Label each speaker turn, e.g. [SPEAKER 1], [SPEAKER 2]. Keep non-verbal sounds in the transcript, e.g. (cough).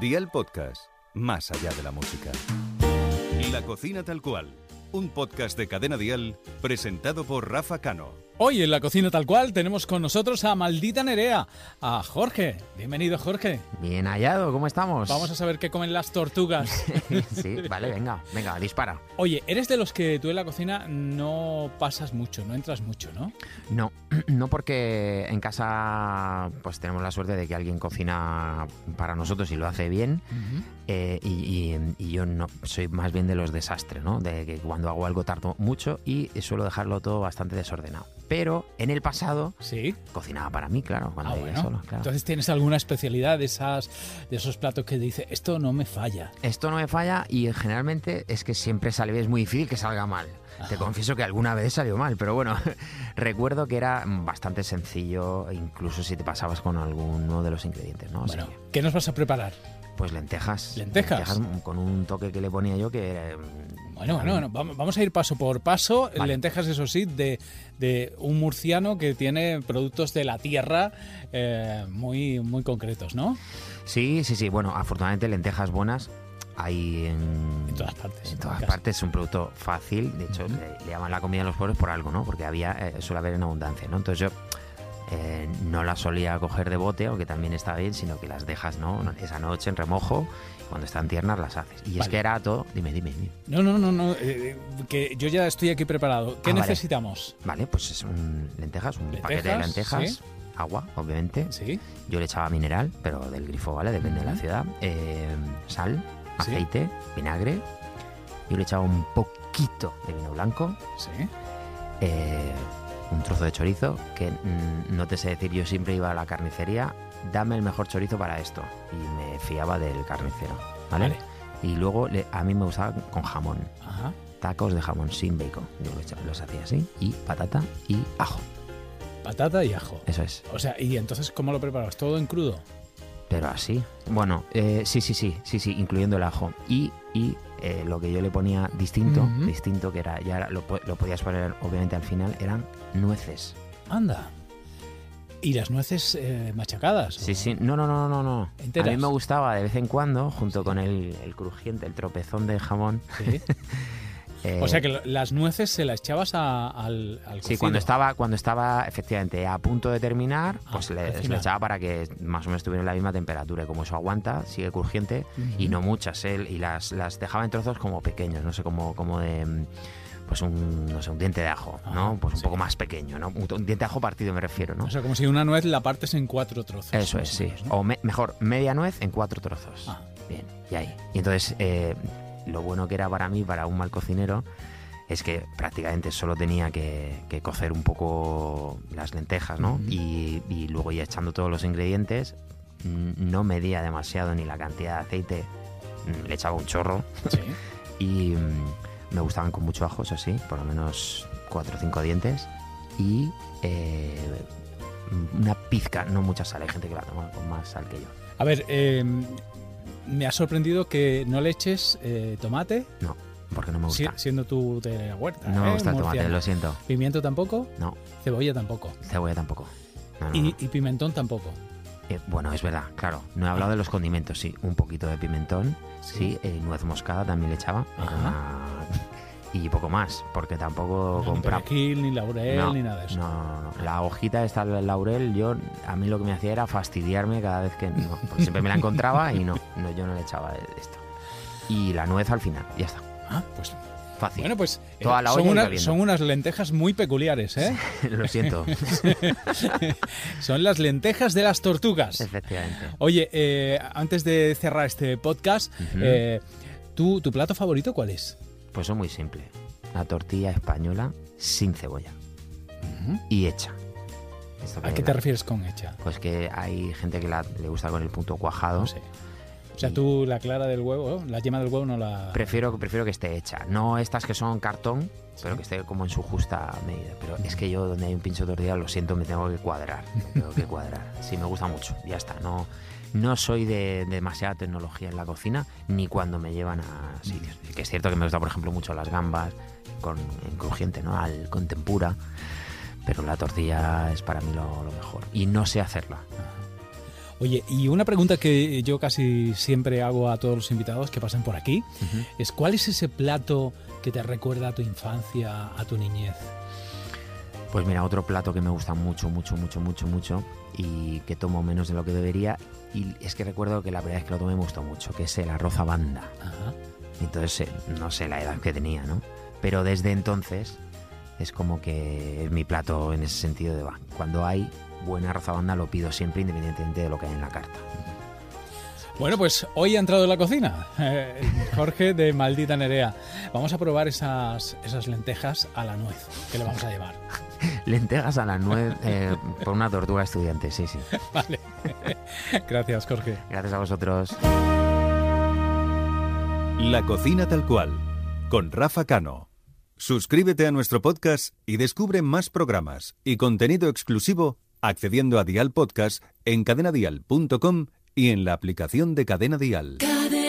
[SPEAKER 1] Día el podcast, más allá de la música. La cocina tal cual, un podcast de Cadena Dial presentado por Rafa Cano.
[SPEAKER 2] Hoy en la cocina tal cual tenemos con nosotros a Maldita Nerea, a Jorge. Bienvenido Jorge.
[SPEAKER 3] Bien hallado, ¿cómo estamos?
[SPEAKER 2] Vamos
[SPEAKER 3] (laughs)
[SPEAKER 2] a saber qué comen las tortugas.
[SPEAKER 3] sí, vale, venga, venga, dispara.
[SPEAKER 2] Oye, eres de los que tú en la cocina no pasas mucho, no entras mucho, ¿no?
[SPEAKER 3] No, (clears throat) no porque en casa pues tenemos la suerte de que alguien cocina para nosotros y lo hace bien. eh, y, y- y yo no soy más bien de los desastres, ¿no? De que cuando hago algo tardo mucho y suelo dejarlo todo bastante desordenado. Pero en el pasado
[SPEAKER 2] Sí.
[SPEAKER 3] cocinaba para mí, claro, cuando
[SPEAKER 2] Ah,
[SPEAKER 3] vivía
[SPEAKER 2] bueno.
[SPEAKER 3] solo, claro.
[SPEAKER 2] Entonces tienes alguna especialidad de esas de esos platos que dice, esto no me falla.
[SPEAKER 3] Esto no me falla y generalmente es que siempre sale, es muy difícil que salga mal. Te confieso que alguna vez salió mal, pero bueno, (laughs) recuerdo que era bastante sencillo, incluso si te pasabas con alguno de los ingredientes, ¿no? O sea
[SPEAKER 2] Bueno, ¿qué nos vas a preparar?
[SPEAKER 3] que, pues lentejas.
[SPEAKER 2] ¿Lentejas?
[SPEAKER 3] con un toque que le ponía yo que... eh,
[SPEAKER 2] Bueno, bueno, bueno, vam- vamos a ir paso por paso.
[SPEAKER 3] Vale.
[SPEAKER 2] Lentejas, eso sí, de, de un murciano que tiene productos de la tierra eh, muy, muy concretos, ¿no?
[SPEAKER 3] Sí, sí, sí. Bueno, afortunadamente lentejas buenas hay en,
[SPEAKER 2] En todas partes.
[SPEAKER 3] En todas
[SPEAKER 2] Casi.
[SPEAKER 3] partes es un producto fácil, de hecho le, le llaman la comida de los pobres por algo, ¿no? Porque había eh, suele haber en abundancia, ¿no? Entonces yo eh, no las solía coger de bote, aunque también está bien, sino que las dejas, ¿no? Esa noche en remojo, cuando están tiernas las haces. Y es
[SPEAKER 2] Vale.
[SPEAKER 3] que era todo, dime, dime, dime.
[SPEAKER 2] No, no, no, no. eh, que yo ya estoy aquí preparado. ¿Qué
[SPEAKER 3] Ah, vale.
[SPEAKER 2] necesitamos?
[SPEAKER 3] Vale, pues es un lentejas, un paquete de
[SPEAKER 2] Lentejas,
[SPEAKER 3] lentejas,
[SPEAKER 2] sí.
[SPEAKER 3] agua, obviamente.
[SPEAKER 2] Sí.
[SPEAKER 3] Yo le echaba mineral, pero del grifo, ¿vale? Depende de la
[SPEAKER 2] Ujú.
[SPEAKER 3] ciudad. Eh, sal,
[SPEAKER 2] Sí.
[SPEAKER 3] aceite, vinagre. Yo le echaba un poquito de vino blanco.
[SPEAKER 2] Sí.
[SPEAKER 3] eh, un trozo de chorizo, que mm, no te sé decir, yo siempre iba a la carnicería, dame el mejor chorizo para esto. Y me fiaba del carnicero, ¿vale?
[SPEAKER 2] Vale.
[SPEAKER 3] Y luego le- a mí me gustaba con jamón,
[SPEAKER 2] Ajá.
[SPEAKER 3] tacos de jamón sin bacon. Yo lo echa- los hacía así, y patata y ajo,
[SPEAKER 2] Patata y ajo.
[SPEAKER 3] eso es.
[SPEAKER 2] O sea, ¿y entonces cómo lo preparas? ¿Todo en crudo?
[SPEAKER 3] Pero así. Bueno, eh, sí, sí, sí, sí, sí, incluyendo el ajo. Y, y eh, lo que yo le ponía distinto,
[SPEAKER 2] Ujú.
[SPEAKER 3] distinto que era, ya era- lo, po- lo podías poner obviamente al final, eran nueces.
[SPEAKER 2] Anda. ¿Y las nueces eh, machacadas?
[SPEAKER 3] Sí, sí, no, no, no, no, no.
[SPEAKER 2] Enteras.
[SPEAKER 3] A mí me gustaba de vez en cuando, junto con el, el crujiente, el tropezón de jamón. (laughs)
[SPEAKER 2] Sí.
[SPEAKER 3] eh,
[SPEAKER 2] O sea que lo- las nueces se las echabas a- al, al
[SPEAKER 3] Sí,
[SPEAKER 2] cocido.
[SPEAKER 3] cuando estaba, cuando estaba efectivamente a punto de terminar,
[SPEAKER 2] Ah,
[SPEAKER 3] pues
[SPEAKER 2] al
[SPEAKER 3] le, se
[SPEAKER 2] final.
[SPEAKER 3] lo echaba para que más o menos estuviera en la misma temperatura. Y como eso aguanta, sigue crujiente
[SPEAKER 2] Ujú.
[SPEAKER 3] y no muchas. ¿eh? Y las, las dejaba en trozos como pequeños, no sé, como, como de. mm, Pues un, no sé, un diente de ajo, ¿no?
[SPEAKER 2] Ajá,
[SPEAKER 3] Pues un
[SPEAKER 2] sí.
[SPEAKER 3] poco más pequeño, ¿no? Un, un diente de ajo partido me refiero, ¿no?
[SPEAKER 2] O sea, como si una nuez la partes en cuatro trozos.
[SPEAKER 3] Eso es,
[SPEAKER 2] más o
[SPEAKER 3] sí.
[SPEAKER 2] menos, ¿no?
[SPEAKER 3] O me- mejor, media nuez en cuatro trozos.
[SPEAKER 2] Ah.
[SPEAKER 3] Bien, y ahí. Y entonces, eh, lo bueno que era para mí, para un mal cocinero, es que prácticamente solo tenía que, que cocer un poco las lentejas, ¿no?
[SPEAKER 2] Ujú.
[SPEAKER 3] y, y luego ya echando todos los ingredientes, mm, no medía demasiado ni la cantidad de aceite, mm, le echaba un chorro
[SPEAKER 2] Sí.
[SPEAKER 3] y mm, me gustaban con mucho ajo, eso sí, por lo menos cuatro o cinco dientes y eh, una pizca, no mucha sal, hay gente que la toma con más sal que yo.
[SPEAKER 2] A ver, eh, me ha sorprendido que no le eches eh, tomate,
[SPEAKER 3] No, porque no me
[SPEAKER 2] si-
[SPEAKER 3] gusta.
[SPEAKER 2] siendo tú de la huerta.
[SPEAKER 3] no
[SPEAKER 2] ¿eh?
[SPEAKER 3] me gusta el
[SPEAKER 2] Murciano.
[SPEAKER 3] tomate, lo siento.
[SPEAKER 2] Pimiento tampoco,
[SPEAKER 3] No,
[SPEAKER 2] cebolla tampoco.
[SPEAKER 3] cebolla tampoco. No, no,
[SPEAKER 2] Y,
[SPEAKER 3] no.
[SPEAKER 2] y pimentón tampoco.
[SPEAKER 3] Eh, bueno, es verdad, claro. No he hablado de los condimentos, sí. Un poquito de pimentón, sí. eh, nuez moscada también le echaba. era
[SPEAKER 2] Ajá.
[SPEAKER 3] una- (laughs) Y poco más, porque tampoco
[SPEAKER 2] No, ni
[SPEAKER 3] compraba.
[SPEAKER 2] perejil, ni laurel,
[SPEAKER 3] No,
[SPEAKER 2] ni nada de eso.
[SPEAKER 3] No, no, no. La hojita esta del laurel, yo a mí lo que me hacía era fastidiarme cada vez que no, porque siempre me la encontraba y no, no, yo no le echaba esto. Y la nuez al final, ya está.
[SPEAKER 2] Ah, pues,
[SPEAKER 3] Fácil.
[SPEAKER 2] bueno, pues eh,
[SPEAKER 3] Toda la
[SPEAKER 2] son,
[SPEAKER 3] olla y
[SPEAKER 2] una-
[SPEAKER 3] caliente.
[SPEAKER 2] son unas lentejas muy peculiares, ¿eh?
[SPEAKER 3] (laughs)
[SPEAKER 2] (laughs)
[SPEAKER 3] lo siento.
[SPEAKER 2] Son las lentejas de las tortugas.
[SPEAKER 3] Efectivamente.
[SPEAKER 2] Oye, eh, antes de cerrar este podcast,
[SPEAKER 3] Ujú.
[SPEAKER 2] eh, ¿tú- ¿tu plato favorito cuál es?
[SPEAKER 3] Pues es muy simple. La tortilla española sin cebolla y hecha. Esto
[SPEAKER 2] ¿A
[SPEAKER 3] que-
[SPEAKER 2] qué te refieres con hecha?
[SPEAKER 3] Pues que hay gente que la- le gusta con el punto cuajado.
[SPEAKER 2] No sé. O sea,
[SPEAKER 3] Y-
[SPEAKER 2] tú la clara del huevo, la yema del huevo no la...
[SPEAKER 3] Prefiero, prefiero que esté hecha. No estas que son cartón, pero que esté como en su justa medida. Pero es que yo donde hay un pincho de tortilla, lo siento, me tengo que cuadrar. Me tengo que cuadrar. Sí, me gusta mucho. Ya está. No, no soy de, demasiada tecnología en la cocina, ni cuando me llevan a sitios. Sí que es cierto que me gusta, por ejemplo, mucho las gambas con en crujiente, ¿no? Al, con tempura. Pero la tortilla es para mí lo, lo mejor. Y no sé hacerla.
[SPEAKER 2] Oye, y una pregunta que yo casi siempre hago a todos los invitados que pasan por aquí
[SPEAKER 3] Ujú.
[SPEAKER 2] es ¿cuál es ese plato que te recuerda a tu infancia, a tu niñez?
[SPEAKER 3] Pues mira, otro plato que me gusta mucho, mucho, mucho, mucho, mucho y que tomo menos de lo que debería. Y es que recuerdo que la primera vez que lo tomé me gustó mucho, que es el arroz a banda.
[SPEAKER 2] Ajá.
[SPEAKER 3] Entonces, eh, no sé la edad que tenía, ¿no? Pero desde entonces es como que es mi plato en ese sentido de, "Bah, cuando hay buena arroz a banda lo pido siempre independientemente de lo que hay en la carta. (laughs)
[SPEAKER 2] Bueno, pues hoy ha entrado en la cocina eh, Jorge de Maldita Nerea. Vamos a probar esas, esas lentejas a la nuez que le vamos a llevar. (laughs)
[SPEAKER 3] Lentejas a las nueve eh, por una tortuga estudiante, sí, sí.
[SPEAKER 2] Vale. (laughs) Gracias, Jorge.
[SPEAKER 3] Gracias a vosotros.
[SPEAKER 1] La cocina tal cual, con Rafa Cano. Suscríbete a nuestro podcast y descubre más programas y contenido exclusivo accediendo a Dial Podcast en cadenadial.com y en la aplicación de Cadena Dial.
[SPEAKER 4] Cadena.